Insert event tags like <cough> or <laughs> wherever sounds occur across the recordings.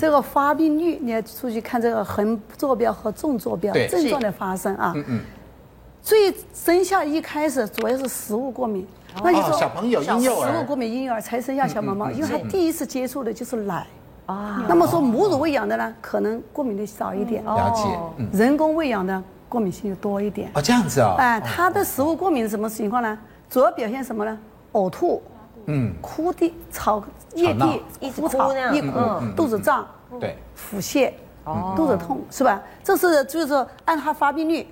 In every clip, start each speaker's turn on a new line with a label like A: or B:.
A: 这个发病率，你要出去看这个横坐标和纵坐标
B: 对
A: 症状的发生啊。
B: 嗯嗯。
A: 最生下一开始主要是食物过敏，那就
B: 哦
A: 说
B: 小朋友婴幼
A: 食物
B: 儿嗯
A: 过敏婴幼儿才生下小毛毛，因为他第一次接触的就是奶。啊，那么说母乳喂养的呢，可能过敏的少一点，
B: 了解，嗯，
A: 人工喂养的过敏性就多一点。
B: 哦，这样子哦，
A: 哎，他的食物过敏是什么情况呢？主要表现什么呢？呕吐、
B: 嗯，
A: 哭地、草液
B: 闹
A: 地、
C: 一直
A: 枯
C: 哭
A: 草
C: 那样
A: 一哭
C: 嗯
B: 嗯嗯，
A: 肚子胀，
B: 对，
A: 腹泻，
B: 哦
A: 肚子痛，是吧？这是就是说按它发病率，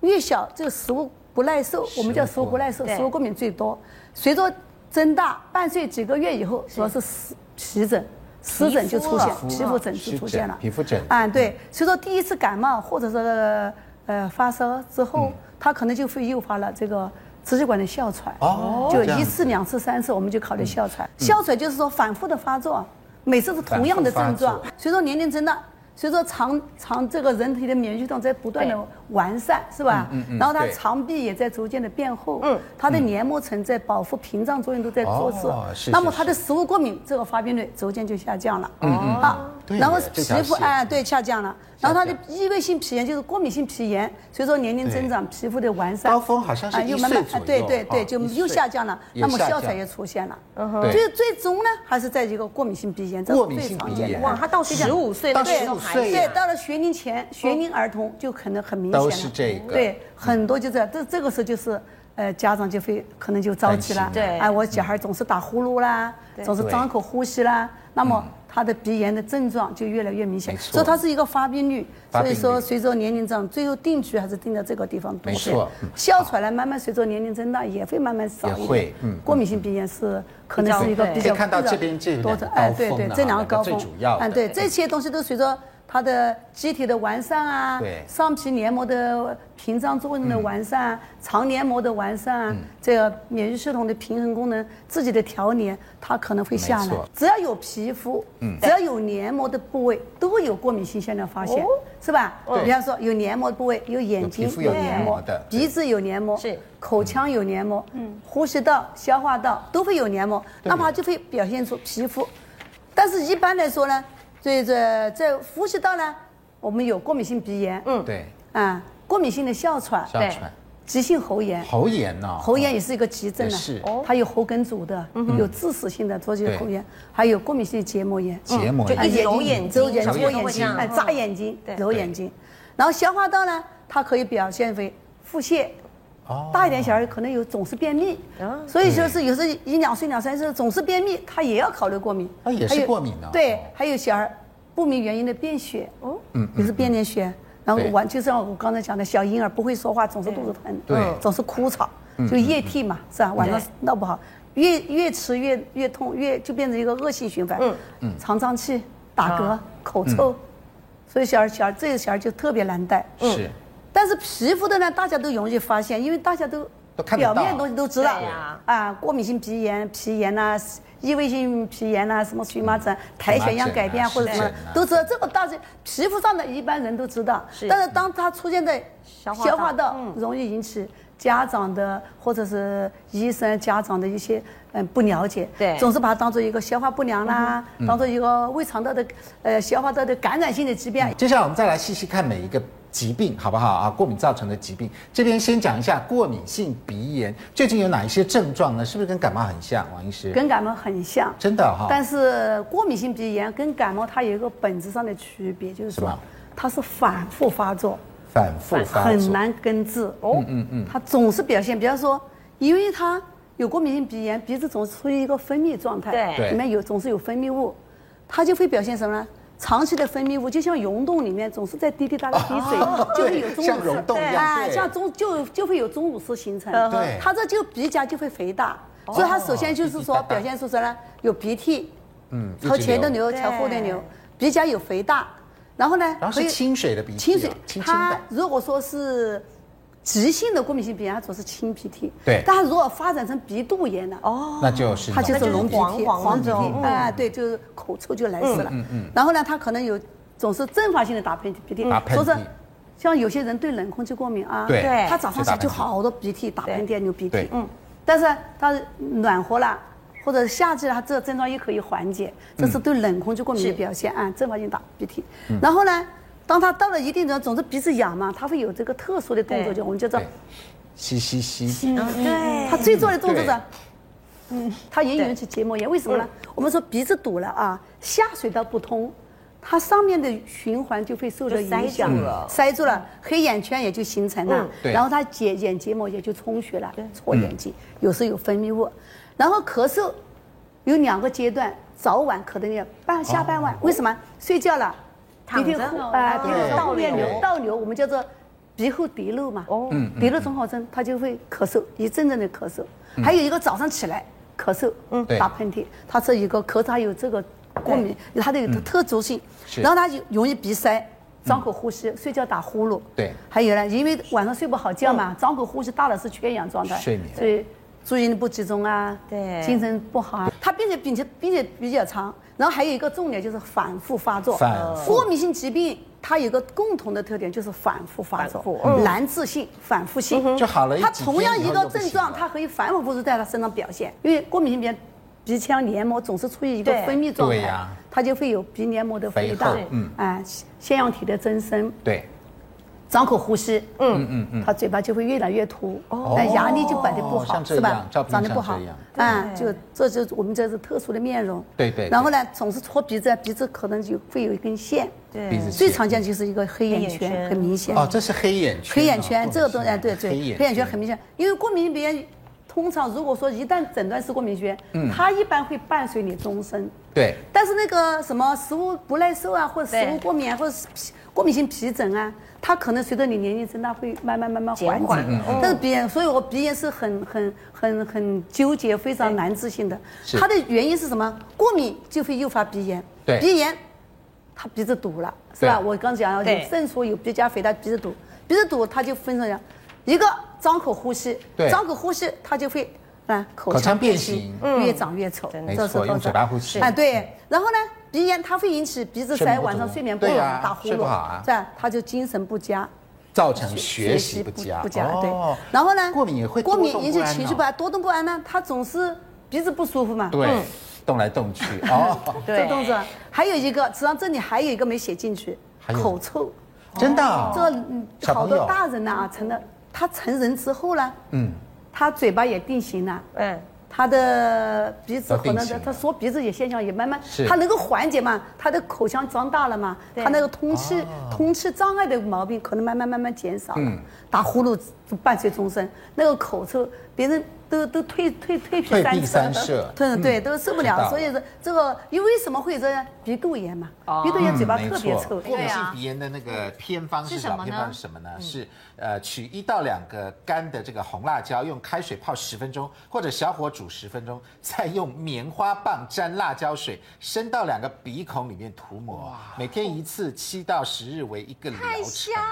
A: 越小这个食物不耐受，我们叫食物不耐受，
C: 对
A: 食物过敏最多。随着增大，半岁几个月以后，主要是湿皮疹。湿疹就出现
C: 皮肤，
A: 皮肤疹
B: 湿
A: 就出现
B: 疹
A: 了。
B: 啊皮肤疹嗯
A: 啊，对，所以说第一次感冒或者是呃发烧之
B: 嗯
A: 后，它可能就会诱发了这个支气管的哮喘。
B: 哦
A: 就
B: 这样
A: 一
B: 子嗯
A: 次、两次、三次，我们就考虑哮喘。哮喘就是说反复的发作，每次是同样的
B: 反
A: 症
B: 复发
A: 状
B: 作。
A: 随着年龄增大，随着肠肠这个人体的免疫系统在不断的
C: 对
A: 完善，是吧？
B: 嗯嗯嗯
A: 然后它
B: 对
A: 肠壁也在逐渐的变厚，
C: 嗯
A: 它的黏膜层在保护屏障作用都在做事，
B: 哦是
A: 那么
B: 是
A: 它的食物过敏这个发病率逐渐就下降了。
B: 嗯
A: 啊
B: 对
A: 然后
B: 耶这
A: 皮
B: 条
A: 肤
B: 线
A: 哎对下降了，然后它的
B: 下
A: 异位性皮炎就是过敏性皮炎，随着年龄增长，皮肤的完善，
B: 高峰好像是
A: 啊
B: 一
A: 又慢慢
B: 岁左
A: 啊对
B: 右
A: 对
B: 啊
A: 对，就
B: 一
A: 又
B: 岁
A: 下降了，
B: 也
A: 那么
B: 下
A: 哮喘
B: 降嗯
A: 也出现了，
B: 对
A: 最最终呢还是在一个过敏性鼻炎，这是
B: 过敏
A: 最
B: 性
A: 常
B: 鼻
A: 见的
B: 炎
C: 哇，他到十五岁
B: 到
C: 那时候
B: 15
C: 还
B: 岁啊
C: 是
A: 对，到了学龄前，学龄儿童就可能很明显了。
B: 都是这个
A: 对，很多就这样，这这个时候就是，呃，家长就会可能就着急了
B: 担。
C: 心了
A: 哎，我小孩总是打呼噜啦，总是张口呼吸啦，那么他的鼻炎的症状就越来越明显。
B: 嗯没错
A: 所以它是一个发病率，
B: 发
A: 所
B: 病率
A: 以说随着年龄增长，最后定居还是定在这个地方多一点
B: 没错嗯
A: 哮喘呢，慢慢随着年龄增大也会慢慢少一点。
B: 也会嗯
A: 过敏性鼻炎是可能是一个
C: 对
A: 比
B: 可以
A: 较
B: 看到
A: 比较
B: 这边这有
A: 多
B: 两
A: 的
B: 个
A: 哎
B: 高
A: 对
B: 峰
A: 对
B: 啊
A: 这两个
B: 两个
A: 高
B: 最
A: 峰，
B: 主要的
A: 嗯对这些东西都随着它的机体的完善啊，
B: 对
A: 上皮黏膜的屏障作用的完善
B: 嗯
A: 啊，肠黏膜的完善啊，这个免疫系统的平衡功能，自己的调节，它可能会下
B: 没
A: 来
B: 错。嗯
A: 只要有皮肤，只要有黏膜的部位，都会有过敏性现象发现
C: 哦，
A: 是吧？
B: 对
A: 比方说有黏膜的部位，有眼睛哎
B: 有皮肤有黏膜的对嗯
A: 鼻子有黏膜，
C: 是
A: 口腔有黏膜，呼吸道、消化道都会有黏膜，
B: 对
A: 那么它就会表现出皮肤。但是一般来说呢，这这在呼吸道呢，我们有过敏性鼻炎，嗯，
B: 对，
A: 啊，过敏性的哮喘，
B: 哮
C: 对
B: 喘、
A: 急性喉炎。
B: 喉炎哦呢，
A: 喉炎也是一个急症
B: 啊也
A: 呢
B: 是，嗯
A: 它有喉梗阻的，有致死性的，所以
B: 对嗯
A: 喉炎，还有过敏性结膜炎，
B: 结膜
C: 就
B: 炎
C: 一直揉眼睛，
A: 揉眼
C: 小
A: 睛，
C: 朋友
A: 揉眼
C: 会这
A: 睛，
C: 样
A: 哎，
C: 嗯
A: 眨眼睛
C: 对，
A: 揉眼睛。然后消化道呢，它可以表现为腹泻。
B: 哦
A: 大一点小孩可能有总是便秘，
C: 哦
A: 所以说是有时候一两岁、两三岁总是便秘，他也要考虑过敏。
B: 啊也是
A: 还有
B: 过敏呢哦
A: 对，还有小孩不明原因的便血，哦，
B: 嗯
A: 也是便点血。然后
B: 对
A: 完，就像我刚才讲的，小婴儿不会说话，总是肚子疼，
B: 对
A: 嗯总是哭吵，就液体嘛，是吧？晚上闹不好，越越吃越越痛，越就变成一个恶性循环，嗯嗯，啊肠胀气、打嗝、口臭，所以小孩小孩这个小孩就特别难带，
B: 是
A: 但是皮肤的呢，大家都容易发现，因为大家都
B: 都看得到
A: 表面的东西都知道
C: 对呀
A: 啊，过敏性鼻炎、皮炎呐、异位性皮炎呐、什么荨麻疹、苔藓样改变啊
B: 荨麻疹
A: 或者什
B: 啊
A: 么
B: 啊湿疹啊，
A: 都知道。这个大家皮肤上的一般人都知道，
C: 是
A: 但是当它出现在
C: 消化道嗯
A: 消化道，容易引起家长的或者是医生家长的一些嗯不了解，
C: 对嗯
A: 总是把它当做一个消化不良啦，当做一个胃肠道的呃消化道的感染性的疾病啊，
B: 接下来我们再来细细看每一个疾病，好不好啊？过敏造成的疾病，这边先讲一下过敏性鼻炎究竟有哪一些症状呢？是不是跟感冒很像，王医师？
A: 跟感冒很像。
B: 真的哦哈、
A: 但是过敏性鼻炎跟感冒它有一个本质上的区别，就是
B: 什
A: 说
B: 么
A: 它是反复发作，
B: 反复发作，
A: 很难根治。哦，嗯嗯，它总是表现，比方说，因为它有过敏性鼻炎，鼻子总是处于一个分泌状态，
C: 对
B: 对
A: 里面有总是有分泌物，它就会表现什么呢？长期的分泌物就像溶洞里面总是在滴滴答答滴水，就会有中
B: 哦像
A: 午
B: 溶洞一样，
A: 哎，
B: 对
A: 像中就就会有中乳丝形成
C: 嗯，
B: 哼
A: 它这就鼻甲就会肥大，所以它首先就是
B: 鼻涕
A: 说
B: 哦大大
A: 表现出什么呢？有鼻涕，
B: 嗯
A: 朝
B: 一直
A: 前的
B: 流
A: 流，朝后的流
C: 对，
A: 鼻甲有肥大，然后呢，
B: 然后
A: 可
B: 是
A: 以
B: 清水的鼻涕、啊，
A: 清水，
B: 清清
A: 它
B: 的，
A: 如果说是急性的过敏性鼻炎，它主要是清鼻涕，
B: 对
A: 但它如果发展成鼻窦炎呢？哦。
B: 那就是
A: 它就是啊
C: 那就是
A: 脓
C: 黄
A: 鼻涕，
C: 黄
A: 黄
C: 的
A: 鼻
C: 那
A: 涕
C: 种，
A: 哎，对，就是口臭就来事了。然后呢，它可能有总是阵发性的打喷嚏，鼻涕
B: 打，喷嚏
A: 说是像有些人对冷空气过敏啊，
B: 对
C: 对
A: 他早上
B: 就打
A: 起来嗯
B: 喷嚏
A: 就好多鼻涕，打喷嚏、流鼻涕
B: 对，
A: 嗯，但是他暖和了。或者夏季它这症状也可以缓解，这是对冷空气过敏的表现啊，正发性打鼻涕。然后呢，当它到了一定的，总之鼻子痒嘛，它会有这个特殊的动作，
C: 对
A: 就我们叫做
B: 对，吸吸吸，
C: 嗯对，
A: 他最做的动作
B: 对
A: 是，嗯，他也引起结膜炎，为什么呢？我们说鼻子堵了啊，下水道不通，它上面的循环就会受到
C: 就塞
A: 影响
C: 住了，
A: 塞住了，黑眼圈也就形成了
C: 嗯，
B: 对
A: 然后它结眼结膜也就充血了，搓眼睛，有时候有分泌物，然后咳嗽有两个阶段，早晚咳的那个半下半晚，为什么？睡觉了，
C: 哦躺着
A: 啊，
C: 哦
A: 鼻涕倒
C: 对
A: 流，倒流，我们叫做鼻后滴漏嘛，
C: 哦
A: 哦，
B: 嗯
A: 滴漏综合征，他就会咳嗽，一阵阵的咳嗽。还有一个早上起来咳嗽，嗯
B: 嗯对
A: 打喷嚏，它是一个咳嗽，它有这个过敏，它的有特殊性，
B: 是嗯
A: 然后它就容易鼻塞。张口呼吸，睡觉打呼噜，
B: 对嗯
A: 还有呢，因为晚上睡不好觉嘛，张口呼吸大脑是缺氧状态，
B: 睡眠
A: 所以注意力不集中啊，
C: 对
A: 精神不好啊，它并且并且并且比较长，然后还有一个重点就是反复发作，
B: 反复
A: 过敏性疾病它有一个共同的特点，就是反复发
C: 反复
A: 作，
C: 嗯
A: 难治性、反复性
B: 就好了
A: 它
B: 几
A: 同
B: 天
A: 样
B: 以
A: 一
B: 后
A: 个
B: 就不
A: 症
B: 行
A: 状，
B: 了
A: 它可以反反复复在它身上表现，因为过敏性鼻炎鼻腔黏膜总是处于一个
C: 对
A: 分泌状态，
B: 对呀
A: 它就会有鼻黏膜的
B: 肥
A: 肥大
B: 厚，嗯
A: 啊，腺样体的增生，
B: 对，
A: 张口呼吸，
C: 嗯哦
A: 嗯嗯，他嘴巴就会越来越凸，那牙力就摆的不好，
B: 哦像这
A: 是吧
B: 样？照片
A: 长得不
B: 上
A: 好
B: 这样，
A: 啊，
C: 对
A: 就这就是我们这是特殊的面容。
B: 对对对
A: 然后呢，总是搓鼻子，鼻子可能就会有一根线，
C: 对
B: 鼻子
A: 最常见就是一个黑眼
C: 黑眼圈
A: 圈，很明显。
B: 哦，这是黑眼圈啊，
A: 黑眼圈
B: 过敏
A: 这个东西，
B: 性
A: 哎对对，
B: 黑
A: 黑眼
B: 眼
A: 圈很明显，因为过敏性鼻炎，通常如果说一旦诊断是过敏性鼻炎，
B: 嗯
A: 它一般会伴随你终身。
B: 对，
A: 但是那个什么食物不耐受啊，或者食
C: 对
A: 物过敏啊，或者是皮过敏性皮疹啊，它可能随着你年龄增大会慢慢慢慢
C: 减
A: 缓解
C: 缓嗯。
A: 但是鼻炎，所以我鼻炎是很很很很纠结，非常难治性的。
B: 是
A: 它的原因是什么？过敏就会诱发鼻炎。
B: 对
A: 鼻炎，它鼻子堵了，是吧？
B: 对
A: 我刚讲了，
C: 对
A: 有正说有鼻夹肥大，鼻子堵，鼻子堵它就分成了一个张口呼吸，
B: 对
A: 张口呼吸它就会。啊，口
B: 口腔
A: 变
B: 变形
A: 越长越丑，
C: 嗯真
B: 的
A: 嗯这
B: 没
A: 是
B: 错
A: 多
B: 用
A: 少
B: 嘴巴呼吸
A: 啊，对。然后呢，鼻炎它会引起鼻子
B: 睡眠
A: 塞，
B: 不
A: 晚上
B: 足
A: 睡眠不
B: 对
A: 好，
B: 啊
A: 打呼
B: 睡不好啊
A: 噜，这样它就精神不佳，
B: 造成学习不佳，
A: 不佳，对嗯
B: 哦。
A: 然后呢，
B: 过敏也会
A: 过敏
B: 多动
A: 引起
B: 不安
A: 情
B: 哦
A: 绪不安，多动不安呢，它总是鼻子不舒服嘛，
B: 对，动来动去，哦，
C: 对
A: 这动作。还有一个，实际上这里还有一个没写进去，
B: 还有
A: 口臭。
B: <laughs> 真的啊，
A: 这嗯
B: 小
A: 好
B: 朋
A: 多
B: 友
A: 大人呐、啊成了他成人之后呢，
B: 嗯，
A: 他嘴巴也定型了。
C: 嗯，
A: 他的鼻子
B: 都
A: 可
B: 定
A: 能
B: 型
A: 他
B: 了
A: 他缩鼻子也现象也慢慢
B: 是，
A: 他能够缓解嘛？他的口腔长大了嘛？
C: 对
A: 他那个通气通气障碍的毛病可能慢慢慢慢减少了
B: 啊嗯。
A: 打呼噜伴随终身，那个口臭，别人都都退退退
B: 退
A: 避
B: 避
A: 三
B: 三舍嗯
A: 舍，对对，都受不
B: 知道了
A: 了。所以说这个，因为为什么会这样？鼻窦炎嘛
C: 哦，
A: 鼻窦炎嘴巴
B: 嗯
A: 特别
B: 没
A: 臭，
B: 错过敏
C: 对
B: 性
C: 啊
B: 鼻炎的那个偏方是
C: 是
B: 什
C: 什
B: 么？
C: 么
B: 偏
C: 呢
B: 方是什么呢？是呃，取一到两个干的这个红辣椒，用开水泡十分钟，或者小火煮十分钟，再用棉花棒沾辣椒水，伸到两个鼻孔里面涂抹，每天一次，七到十日为一个疗程。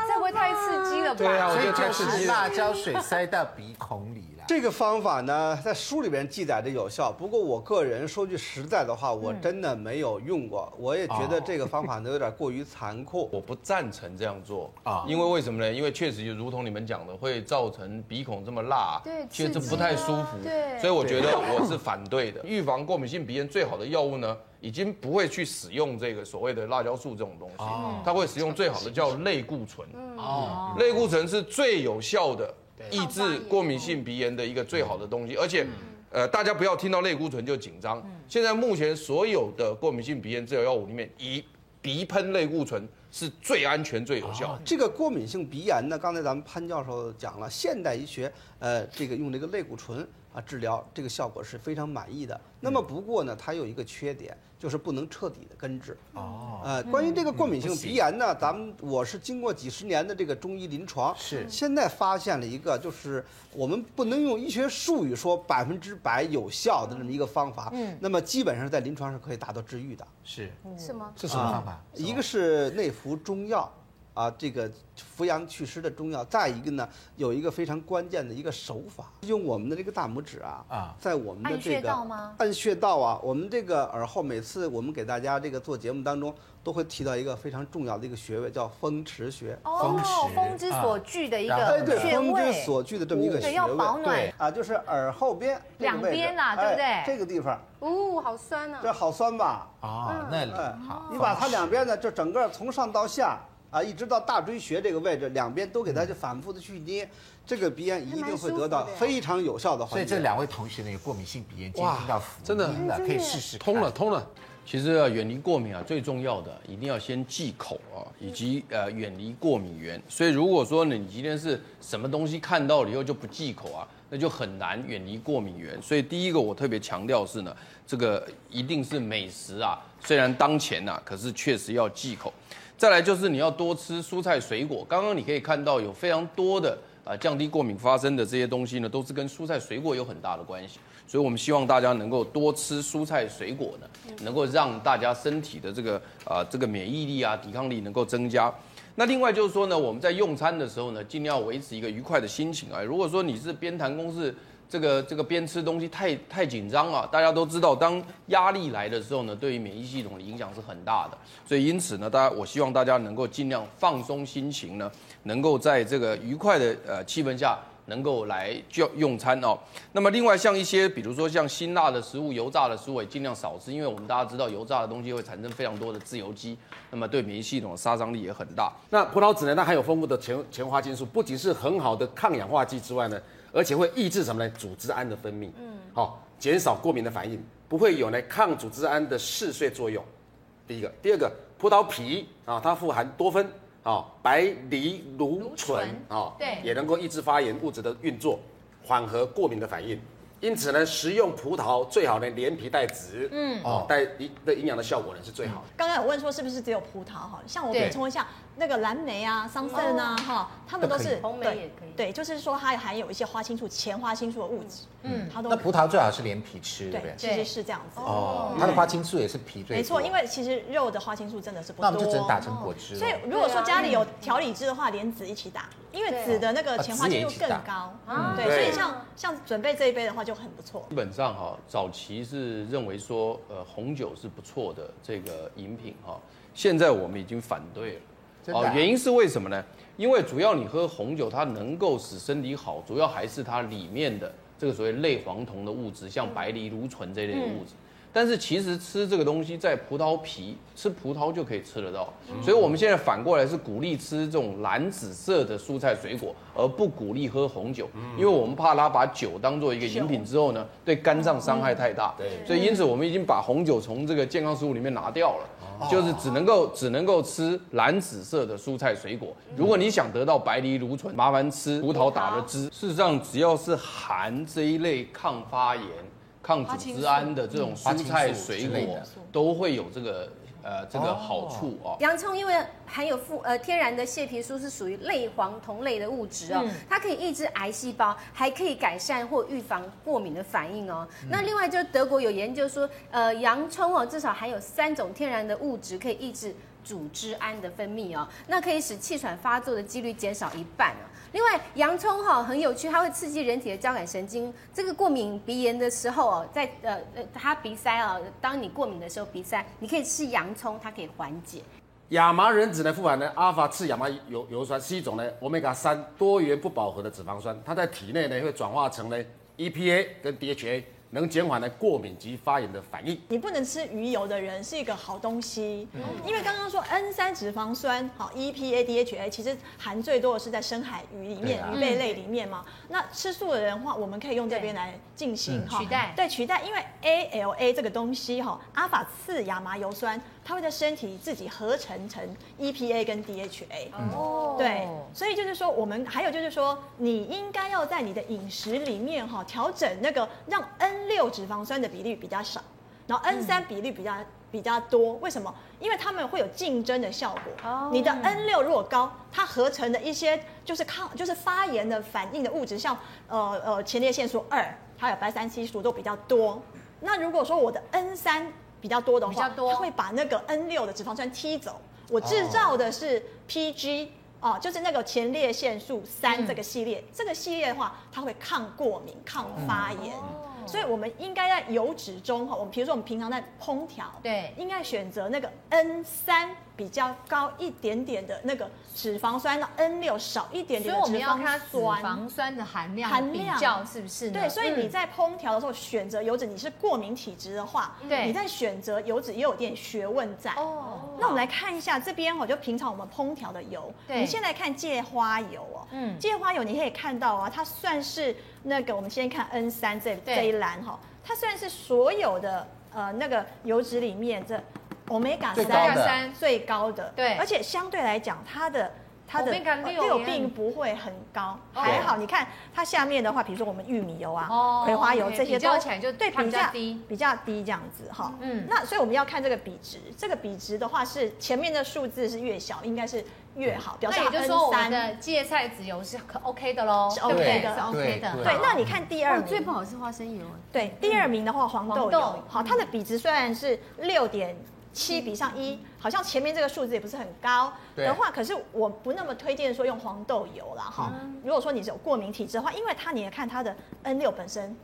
C: 这会不会太刺激了吧？
D: 对啊我
B: 所
D: 觉
B: 以
D: 得太
B: 就
D: 刺激
B: 是
D: 了
B: 辣椒水塞到鼻孔里了。
D: 这个方法呢，在书里边记载着有效，不过我个人说句实在的话，我真的没有用过，我也觉得这个方法呢有点过于残酷。
E: 我不赞成这样做
B: 啊
E: 啊，因为为什么呢？因为确实就如同你们讲的，会造成鼻孔这么辣，
F: 对
E: 其实这
F: 刺激啊
E: 不太舒服，
F: 对
E: 所以我觉得我是反对的。预防过敏性鼻炎最好的药物呢，已经不会去使用这个所谓的辣椒素这种东西，它会使用最好的叫类固醇，
F: 嗯
B: 哦，
E: 类固醇是最有效的抑
F: 抗发
E: 制
F: 炎
E: 过敏性鼻炎的一个最好的东西，而且。呃，大家不要听到类固醇就紧张。现在目前所有的过敏性鼻炎治疗药物里面，以鼻喷类固醇是最安全、最有效的。
D: 这个过敏性鼻炎呢，刚才咱们潘教授讲了，现代医学呃，这个用这个类固醇啊治疗，这个效果是非常满意的。那么不过呢，它有一个缺点，就是不能彻底的根治。
B: 哦，
D: 呃，关于这个
C: 嗯
D: 过敏性鼻炎呢，咱们我是经过几十年的这个中医临床，
B: 是嗯
D: 现在发现了一个，就是我们不能用医学术语说百分之百有效的这么一个方法，嗯，那么基本上在临床上可以达到治愈的。啊
B: 是
F: 是吗？
B: 这什么方法？
D: 一个是内服中药，啊，这个扶阳祛湿的中药。再一个呢，有一个非常关键的一个手法，用我们的这个大拇指啊，
B: 啊
D: 在我们的
C: 按
D: 这
C: 穴
D: 个
C: 道吗
D: 按穴道啊，我们这个耳后每次我们给大家这个做节目当中都会提到一个非常重要的一个穴位，叫风池穴。
B: 风池
C: 哦风之所聚的一
B: 啊
C: 个
D: 哎，对，
C: 穴
D: 风之
C: 位，
D: 所聚的这么一个穴
C: 对，
D: 位，
C: 要保暖。
B: 对
D: 啊，就是耳后边这个
C: 两
D: 位置
C: 边呐对不
D: 哎
C: 对
D: 这个地方，
C: 哦，好酸啊！
D: 这好酸吧？
B: 哦，那里
D: 哎
B: 好，
D: 你把它两边呢，就整个从上到下啊，一直到大椎穴这个位置，两边都给它就反复的去捏，这个鼻炎一定会得到非常有效的
B: 所以
D: 缓
B: 这
D: 解。
B: 两位同学呢有过敏性鼻炎，今天
F: 哇
B: 听到福音
F: 真的
B: 了，可以试试看
F: 通了，。通了。
G: 其实啊，远离过敏啊，最重要的一定要先忌口啊，以及呃远离过敏源。所以如果说你今天是什么东西看到了以后就不忌口啊，那就很难远离过敏源。所以第一个我特别强调是呢，这个一定是美食啊，虽然当前呐、可是确实要忌口。再来就是你要多吃蔬菜水果。刚刚你可以看到有非常多的啊降低过敏发生的这些东西呢，都是跟蔬菜水果有很大的关系。所以我们希望大家能够多吃蔬菜水果呢，能够让大家身体的这个啊、这个免疫力啊抵抗力能够增加。那另外就是说呢，我们在用餐的时候呢，尽量维持一个愉快的心情啊。如果说你是边谈公事。这个这个边吃东西太太紧张了，大家都知道，当压力来的时候呢，对于免疫系统的影响是很大的。所以因此呢，大家我希望大家能够尽量放松心情呢，能够在这个愉快的呃气氛下。能够来就用餐哦。那么另外像一些，比如说像辛辣的食物、油炸的食物也尽量少吃，因为我们大家知道油炸的东西会产生非常多的自由基，那么对免疫系统的杀伤力也很大。
F: 那葡萄籽呢，它含有丰富的前前花青素，不仅是很好的抗氧化剂之外呢，而且会抑制什么呢？组织胺的分泌，嗯，好、减少过敏的反应，不会有呢抗组织胺的嗜睡作用。第一个，第二个，葡萄皮啊，它富含多酚啊、白藜芦醇啊，
C: 对
F: 也能够抑制发炎物质的运作，缓和过敏的反应。因此呢，食用葡萄最好呢连皮带籽，嗯，哦，带一的营养的效果呢是最好的。
H: 刚才有问说是不是只有葡萄哈？像我
B: 对
H: 补充一下，那个蓝莓啊、桑葚啊哈，它们都是
C: 哦红莓
H: 对
C: 也可以
H: 对，就是说它含有一些花青素、前花青素的物质，嗯，它都
B: 那葡萄最好是连皮吃，对不
H: 对
B: 对，？
H: 其实是这样子。
B: 哦，它的花青素也是皮最多
H: 没错，因为其实肉的花青素真的是不
B: 那
H: 多，
B: 我们就只能打成果汁了。
H: 所以如果说家里有调理汁的
B: 嗯
H: 话，连籽一起打，因为籽的那
B: 啊
H: 个前花青素更高。嗯对，所
C: 啊
H: 以像像准备这一杯的话就很不错。
G: 基本上哈、早期是认为说，呃，红酒是不错的这个饮品哈、现在我们已经反对了。
B: 真的啊
G: 原因是为什么呢？因为主要你喝红酒，它能够使身体好，主要还是它里面的这个所谓类黄酮的物质，像
B: 嗯
G: 白藜芦醇这类的物质。但是其实吃这个东西，在葡萄皮吃葡萄就可以吃得到，所以我们现在反过来是鼓励吃这种蓝紫色的蔬菜水果，而不鼓励喝红酒，因为我们怕它把酒当做一个饮品之后呢，对肝脏伤害太大。对，所以因此我们已经把红酒从这个健康食物里面拿掉了，就是只能够只能够吃蓝紫色的蔬菜水果。如果你想得到白藜芦醇，麻烦吃葡萄打的汁。事实上，只要是含这一类抗发炎。抗组织胺的这种
B: 花青
G: 蔬
B: 素
G: 菜水
B: 之类
G: 果
B: 的
G: 都会有这个呃这个好处哦。
I: 洋葱因为含有富呃天然的蟹皮素，是属于类黄酮类的物质哦，它可以抑制癌细胞，还可以改善或预防过敏的反应哦。那另外就是德国有研究说，呃，洋葱哦至少含有三种天然的物质可以抑制组织胺的分泌哦，那可以使气喘发作的几率减少一半哦。另外，洋葱哈、很有趣，它会刺激人体的交感神经。这个过敏鼻炎的时候哦，在呃呃，它鼻塞哦，当你过敏的时候鼻塞，你可以吃洋葱，它可以缓解。
F: 亚麻仁籽呢富含呢阿尔法次亚麻油油酸，是一种呢欧米伽三多元不饱和的脂肪酸，它在体内呢会转化成呢 EPA 跟 DHA，能减缓呢过敏及发炎的反应。
H: 你不能吃鱼油的人是一个好东西，因为刚刚说 N 三脂肪酸好，E EPA DHA 其实含最多的是在深海鱼里面、
B: 对啊
H: 鱼类类里面嘛。那吃素的人的话，我们可以用这边来进行哈
C: 取代
H: 对取代，因为 ALA 这个东西哈，阿法次亚麻油酸它会在身体自己合成成 EPA 跟 DHA。
C: 哦
H: 对，所以就是说，我们还有就是说，你应该要在你的饮食里面哈、调整那个让 N 六脂肪酸的比例比较少，
I: 嗯
H: 然后 N 三比例比较、比较多。为什么？因为它们会有竞争的效果。
C: 哦
H: 你的 N 六如果高，它合成的一些就是抗就是发炎的反应的物质，像呃呃前列腺素二还有白三烯素都比较多。那如果说我的 N 三比较多的话，
I: 比较多
H: 它会把那个 N 六的脂肪酸踢走。我制造的是 PG 哦、就是那个前列腺素
I: 嗯
H: 三这个系列，这个系列的话，它会抗过敏、抗发
I: 嗯
H: 炎。所以，我们应该在油脂中哈，我们哦比如说我们平常在烹调，
I: 对
H: 应该选择那个 N 三比较高一点点的那个脂肪酸，那 N 六少一点
I: 所
H: 点
I: 以
H: 的
I: 我
H: 脂
I: 们要看它
H: 肪
I: 脂
H: 酸。
I: 肪酸的含量
H: 含
I: 比
H: 量
I: 较是不是呢？
H: 对，所以你
I: 嗯
H: 在烹调的时候选择油脂，你是过敏体质的话，
I: 对
H: 你在选择油脂也有点学问在。
I: 哦
H: 那我们来看一下这边哦，就平常我们烹调的油，
I: 对
H: 我们先来看芥花油哦，
I: 嗯
H: 嗯，芥花油你可以看到啊，它算是那个我们先看 N 三这
I: 对
H: 这一栏哈、它虽然是所有的呃那个油脂里面这 omega
B: 最
I: 高
H: 三
I: 的
H: 最高的，
I: 对
H: 而且相对来讲它的。它的
I: Omega
H: 呃
I: 六
H: 六
I: 也
H: 并
I: 很
H: 不会很高，
I: 哦
H: 还好。你看它下面的话，比如说我们玉米油啊、
I: 哦
H: 葵花油
I: OK，
H: 这些
I: 比
H: 都
I: 较起来就
H: 对
I: 它比
H: 比
I: 较
H: 较
I: 低
H: 比较低这样子哈。
I: 嗯
H: 嗯，那所以我们要看这个比值，这个比值的话是前面的数字是越小，应该是越好，表示
I: 那也
H: 它
I: 就是说，
H: N
I: 我们
H: 三。
I: 的芥菜籽油是可 OK 的喽，
H: 是
I: 对不对
H: OK 的
I: 是 OK 的。
B: 对啊
H: 对，那你看第二
I: 哦
H: 名，
I: 最不好是花生油，
H: 对，第二名的话，黄豆
I: 黄
H: 油
I: 豆，嗯
H: 好，它的比值虽然是六点七比上一，好像前面这个数字也不是很高
B: 对
H: 的话，可是我不那么推荐说用黄豆油啦，哈。
I: 嗯
H: 如果说你是有过敏体质的话，因为它你也看它的 N 六本身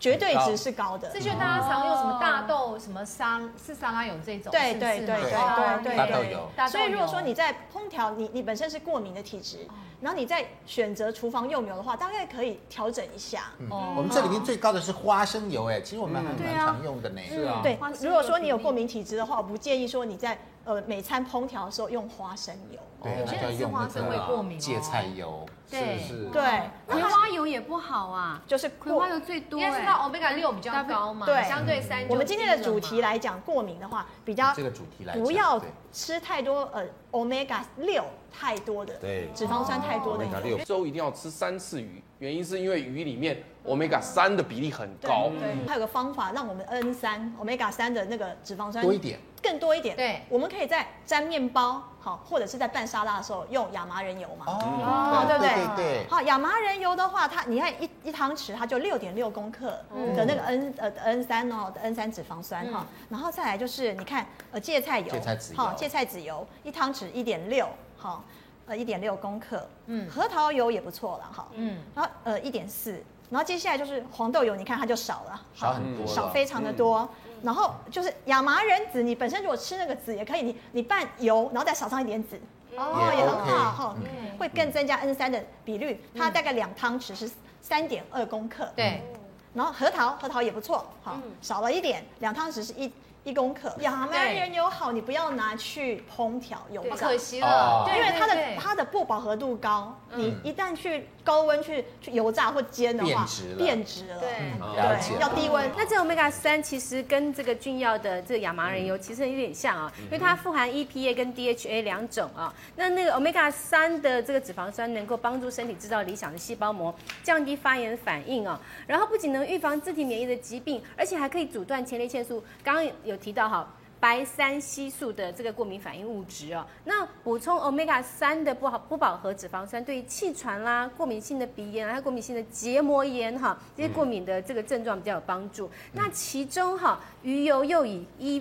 H: 绝对值是高的，
I: 这就大家常用什么大豆什么沙是沙拉油这种，
H: 对
I: 是不是
H: 对对对
I: 哦
H: 对对，
B: 大豆油
I: 大豆
H: 所以如果说
I: 油
H: 你在烹调，你你本身是过敏的体质，
I: 哦
H: 然后你在选择厨房用油的话，大概可以调整一下。
I: 哦
B: 我们这里面最高的是花生油，哎，其实我们还蛮常用的呢。是啊，
H: 对
I: 花生，
H: 如果
I: 油
H: 说
I: 比
H: 你有
I: 例
H: 过敏体质的话，我不建议说你在呃每餐烹调的时候用花生油。
B: 对，
I: 有些人
B: 那就要用那
I: 吃花生会过敏
B: 个
I: 哦
B: 芥菜油，
I: 对
B: 是不是？
H: 对，
I: 哦葵花油也不好啊，
H: 就是
I: 葵
H: 过
I: 花油最多，欸应该是它 omega 六比较高嘛，
H: 对
I: 相对三就低了嘛。
H: 我们今天的主题来讲过敏的话，比较
B: 这个主题来讲
H: 不要
B: 对
H: 吃太多呃 omega 六太多的
F: 对
H: 脂肪酸太
B: 哦
H: 多的油。
F: 六
G: 周一定要吃三次鱼，原因是因为鱼里面 omega 三的比例很高。
H: 对，它有个方法让我们 N 三 omega 三的那个脂肪酸
B: 多一点，
H: 更多一点。
I: 对
H: 我们可以在沾面包好，或者是在拌沙拉的时候用亚麻仁油嘛。
B: 哦
H: 对不对
B: 对对
H: 好，亚麻仁油的话，它你看一一汤匙，它就六点六公克的那个 N、呃 N 三哦的 N 三脂肪酸哈、然后再来就是你看呃芥菜油，
B: 芥菜籽油
H: 好芥菜籽油一汤匙一点六好呃一点六公克，嗯，核桃油也不错了哈，嗯，然后呃一点四。然后接下来就是黄豆油，你看它就少了，
B: 少很多了嗯
H: 少非常的多。然后就是亚麻仁籽，你本身如果吃那个籽也可以，你你拌油，然后再少上一点籽，哦，也很
B: OK 嗯
H: 好哈，会更增加 N 三的比率，它大概两汤匙是三点二公克，
I: 嗯
H: 嗯
I: 对，嗯
H: 然后核桃核桃也不错，好少了一点，两汤匙是一一公克。亚麻
I: 对
H: 仁油好，你不要拿去烹调油
I: 不
H: 炸
I: 可。惜了
B: 哦，
I: 对
H: 因为它的
I: 对对嗯
H: 它的不饱和度高，你一旦去高温去去油炸或煎的话
B: 变质，了嗯
H: 变质了，
I: 对
B: 哦了解
H: 对，要低温。
I: 那这 omega 三其实跟这个菌药的这个亚麻仁
H: 嗯
I: 油其实有点像啊，因为它富含 EPA 跟 DHA 两种啊。那那个 omega 三的这个脂肪酸能够帮助身体制造理想的细胞膜，降低发炎反应啊。然后不仅能预防自体免疫的疾病，而且还可以阻断前列腺素。刚刚有提到哈。白三烯素的这个过敏反应物质哦，那补充 omega 三的不好不饱和脂肪酸，对于气喘啦、过敏性的鼻炎啊、还有过敏性的结膜炎哈，这些过敏的这个症状比较有帮助。那其中哈，鱼油又以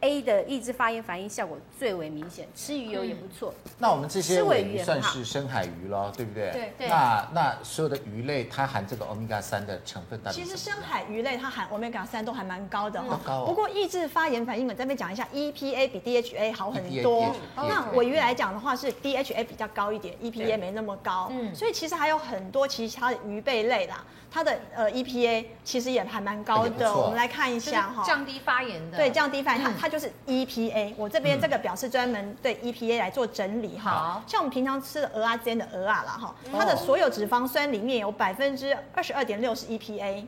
I: EPA 的抑制发炎反应效果最为明显，吃鱼油也不错。
B: 那我们这些
I: 吃尾
B: 尾
I: 鱼
B: 鱼
I: 也
B: 算
I: 很好
B: 是深海鱼咯，对不对？
I: 对对
B: 那那所有的鱼类，它含这个 omega 三的成分到底
H: 其
B: 是什
H: 实
B: 么？
H: 深海鱼类它含 omega 三都还蛮高的
B: 都
H: 哈、
B: 高哦
H: 不过抑制发炎反应，我这边讲一下，EPA 比 DHA 好很
B: EPA
H: 多。哦
B: DHA
H: 那尾鱼来讲的话是 DHA 比较高一点
B: 对
H: ，EPA 没那么高。所以其实还有很多其他的鱼贝类啦，它的呃 EPA 其实也还蛮高
B: 也不
H: 的。
B: 错
H: 我们来看一下哈、
I: 降低发炎的，嗯
H: 对，降低反应，它它就是 EPA。我这边这个表是专门对 EPA 来做整理哈
I: 好。哦
H: 像我们平常吃的鹅啊煎的鹅啊啦哈，它的所有脂肪酸里面有百分之二十二点六是 EPA。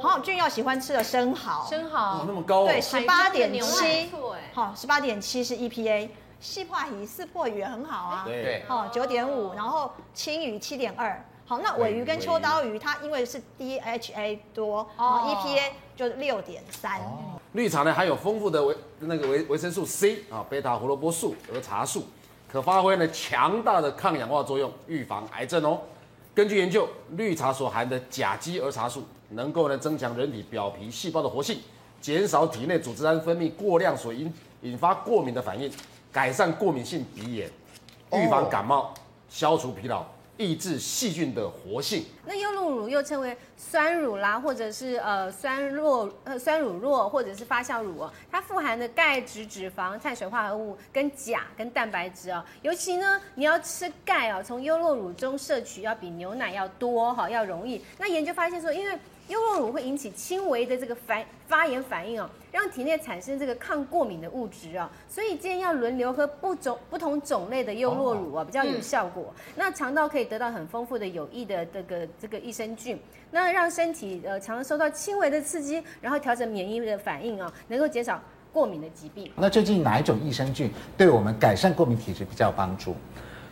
H: 好，
I: 哦
H: 俊耀喜欢吃的生蚝，
I: 真好
F: 哦，那么高哦，
H: 对，十八点
I: 海
H: 七
I: 中的牛奶不错哎，
H: 好，十八点七是 EPA。细化鱼、四破鱼也很好啊，
I: 哎
F: 对
B: 对
H: 哦，九点五，然后青鱼七点二。好，那尾鱼跟秋刀鱼，它因为是 DHA 多，然后
I: 哦
H: EPA 就六点三。
F: 绿茶呢含有丰富的维那个维维生素 C 啊、贝塔胡萝卜素和茶素，可发挥呢强大的抗氧化作用，预防癌症哦。根据研究，绿茶所含的甲基儿茶素能够呢增强人体表皮细胞的活性，减少体内组织胺分泌过量所引引发过敏的反应，改善过敏性鼻炎，预防感冒，消除疲劳，抑制细菌的活性。
I: 那优酪乳又称为酸乳啦，或者是呃酸弱呃酸乳酪，或者是发酵乳哦，它富含的钙质、脂肪、碳水化合物、跟钾、跟蛋白质哦。尤其呢，你要吃钙哦，从优酪乳中摄取要比牛奶要多哈、要容易。那研究发现说，因为优酪乳会引起轻微的这个反发炎反应哦，让体内产生这个抗过敏的物质哦，所以今天要轮流喝不种不同种类的优酪乳啊，比较有效果。那肠道可以得到很丰富的有益的这个这个益生菌，那让身体呃常常受到轻微的刺激，然后调整免疫的反应哦，能够减少过敏的疾病。
B: 那究竟哪一种益生菌对我们改善过敏体质比较有帮助？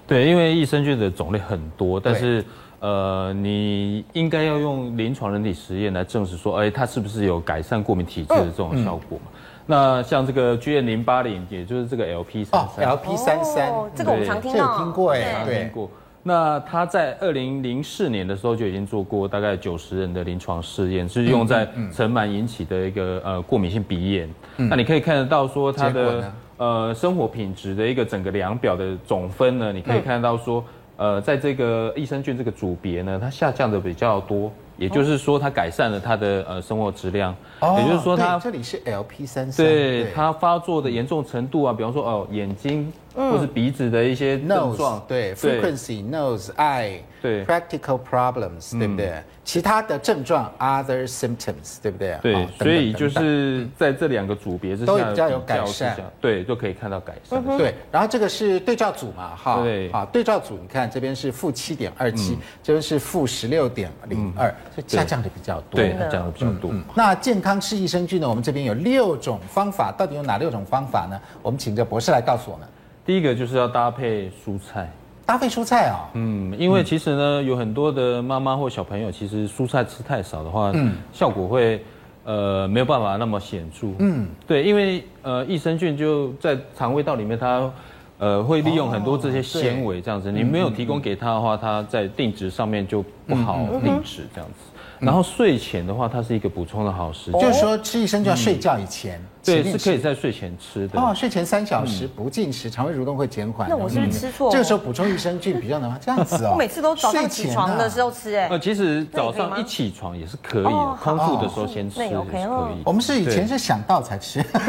J: 对，因为益生菌的种类很多，但是呃，你应该要用临床人体实验来证实说，哎，它是不是有改善过敏体质的这种效果嘛？那像这个 GN 零八零，也就是这个 LP 三
B: 哦
J: 三、嗯
B: ，LP 三三，
K: 哦，这个我们常
B: 这
K: 听
B: 有
K: 到，
B: 听过哎，
J: 没听
B: 对，
J: 过。那他在二零零四年的时候就已经做过大概九十人的临床试验，是用
B: 嗯
J: 在尘螨引起的一个呃过敏性鼻炎。那你可以看得到说它
B: 结果
J: 的
B: 呢
J: 呃生活品质的一个整个量表的总分呢，你可以看到说呃在这个益生菌这个组别呢，它下降的比较多，也就是说它改善了它的呃生活质量，哦也就是说它
B: 哦对这里是 LP 三三，
J: 对它发作的严重程度啊，比方说哦眼睛或是鼻子的一些症状
B: 嗯 nose，，对 frequency nose eye，
J: 对嗯
B: practical problems，对不对？其他的症状 other symptoms，对不对？
J: 对
B: 哦，
J: 所以就。
B: 等等等等
J: 是在这两个组别之下
B: 都比较有改
J: 之
B: 善嗯
J: 下，对，就可以看到改善。
B: 对，然后这个是对照组嘛，哈，
J: 嗯对嗯
B: 啊，对照组，你看这边是负七点二七，这边是负十六点零二，所以下降的嗯比较多。
J: 对，它讲的比较多。
B: 那健康吃益生菌呢？我们这边有六种方法，到底有哪六种方法呢？我们请这博士来告诉我们。
J: 第一个就是要搭配蔬菜，
B: 搭配蔬菜啊、
J: 嗯，因为其实呢，有很多的妈妈或小朋友，其实蔬菜吃太少的话，效果会呃没有办法那么显著。嗯，对，因为呃益生菌就在肠胃道里面，它呃会利用很多这些纤维这样子，你没有提供给它的话，它在定值上面就不好定值这样子。然后睡前的话，它是一个补充的好时机，
B: 就是说吃益生菌要睡觉以前，
J: 哦对，
B: 起立
J: 哦是
B: 时
J: 可以嗯在睡前吃的。
B: 哦，睡前三小时不进食，肠胃蠕动会减缓。
K: 那我是不是吃错
B: 这个时候补充益生菌比较能吗？这样子哦，
K: <laughs> 我每次都早上起床的时
B: 候。
K: 候吃，哎
J: 呃，，其实
K: 那也
J: 早
K: 可以
J: 上
K: 吗
J: 一起床也是可以
K: 哦
J: 的，
K: 好
J: 空腹的时候先吃
K: 那
J: 也
K: 也
J: 是
K: OK
J: 可以
K: 了
J: 的。
B: 我们是以前
J: 对
B: 是想到才吃， <laughs>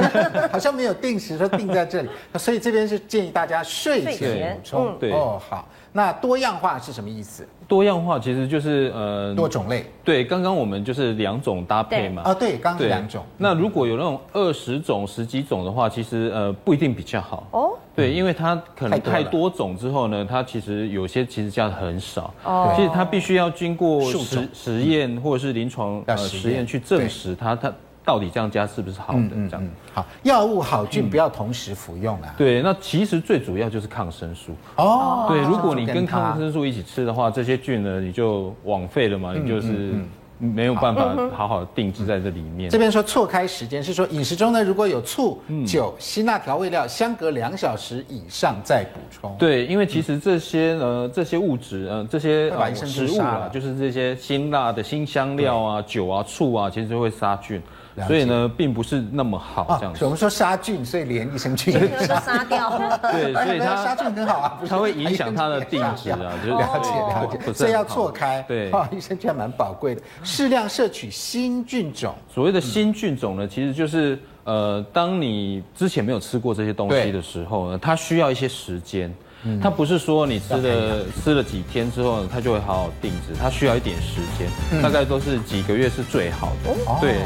B: 好像没有定时说定在这里，所以这边是建议大家睡
K: 睡
B: 前
K: 前
B: 补充。
J: 嗯对
B: 哦，好，那多样化是什么意思？
J: 多样化其实就是呃
B: 多种类
J: 对，刚刚我们就是两种搭配嘛。
B: 啊，对，刚刚是两种。
J: 那如果有那种二十种、十几种的话，其实呃不一定比较好。哦。对，因为它可能
B: 太多了
J: 太多种之后呢，它其实有些其实加的很少。
K: 哦
J: 哦。其实它必须要经过
B: 数种嗯
J: 实实验或者是临床
B: 要
J: 呃
B: 实验
J: 实验去
B: 对嗯
J: 证实它它到底这样加是不是好的这样。
B: 好，药物好
J: 嗯
B: 菌不要同时服用啊。
J: 对，那其实最主要就是抗生素。
B: 哦，
J: 对，如果你
B: 跟
J: 跟
B: 它
J: 抗生素一起吃的话，这些菌呢你就枉费了
B: 嗯
J: 嘛，你就是没有办法好好定制在这里面
B: 这。边说错开时间是说饮食中呢，如果有醋、
J: 嗯
B: 酒、辛辣调味料，相隔两小时以上再补充。
J: 对，因为其实这些呃这些物质呃这些
B: 会把
J: 呃
B: 益生菌
J: 食物
B: 杀了
J: 啊，就是这些辛辣的辛香料啊、酒啊、醋啊，其实会杀菌
B: 了解，
J: 所以呢并不是那么好
B: 啊
J: 这样，
B: 我
J: 子。
B: 们说杀菌，所以连益生菌
J: <laughs>
K: 有时候杀掉了，
B: <laughs>
J: 对，所
B: 哎
J: 以
B: 杀
J: 它
B: 菌很好
J: <laughs>
B: 啊，不是哎
J: 它会影响它的定值啊，就是
B: 了解了
J: 不是
B: 解，
J: 很
B: 所以要
J: 好
B: 错开。
J: 对，
B: 啊，益生菌还蛮宝贵
J: <laughs>
B: 的，适量摄取新菌种。
J: 所谓的新菌种呢，其实就是呃，当你之前没有吃过这些东西
B: 对嗯
J: 的时候呢，它需要一些时间。它不是说你吃了吃了几天之后呢，它就会好好定植，它需要一点时间，大概都是几个月是最好的，对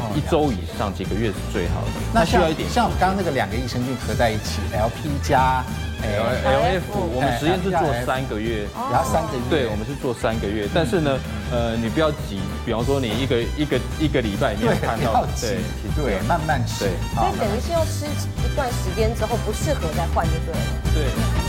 B: 嗯哦，
J: 一周以上几个月是最好的。
B: 那
J: 它需
B: 像
J: 要一点
B: 像我们刚刚那个两个益生菌合在一起，LP 加哎 L，
J: L F，我哎
B: 哎
J: 们实验是做三个月。
B: 然后三个月。
J: 对，我们是做三个
B: 嗯
J: 月，但是呢，呃，你不要急，比方说你一个一个一个礼拜里
B: 对，
J: 面看
B: 不要
J: 到的，
B: 急
J: 对，，
B: 对，慢慢吃
J: 对。
K: 所以等于是要吃一段时间之后不适合再换就对了。
J: 对。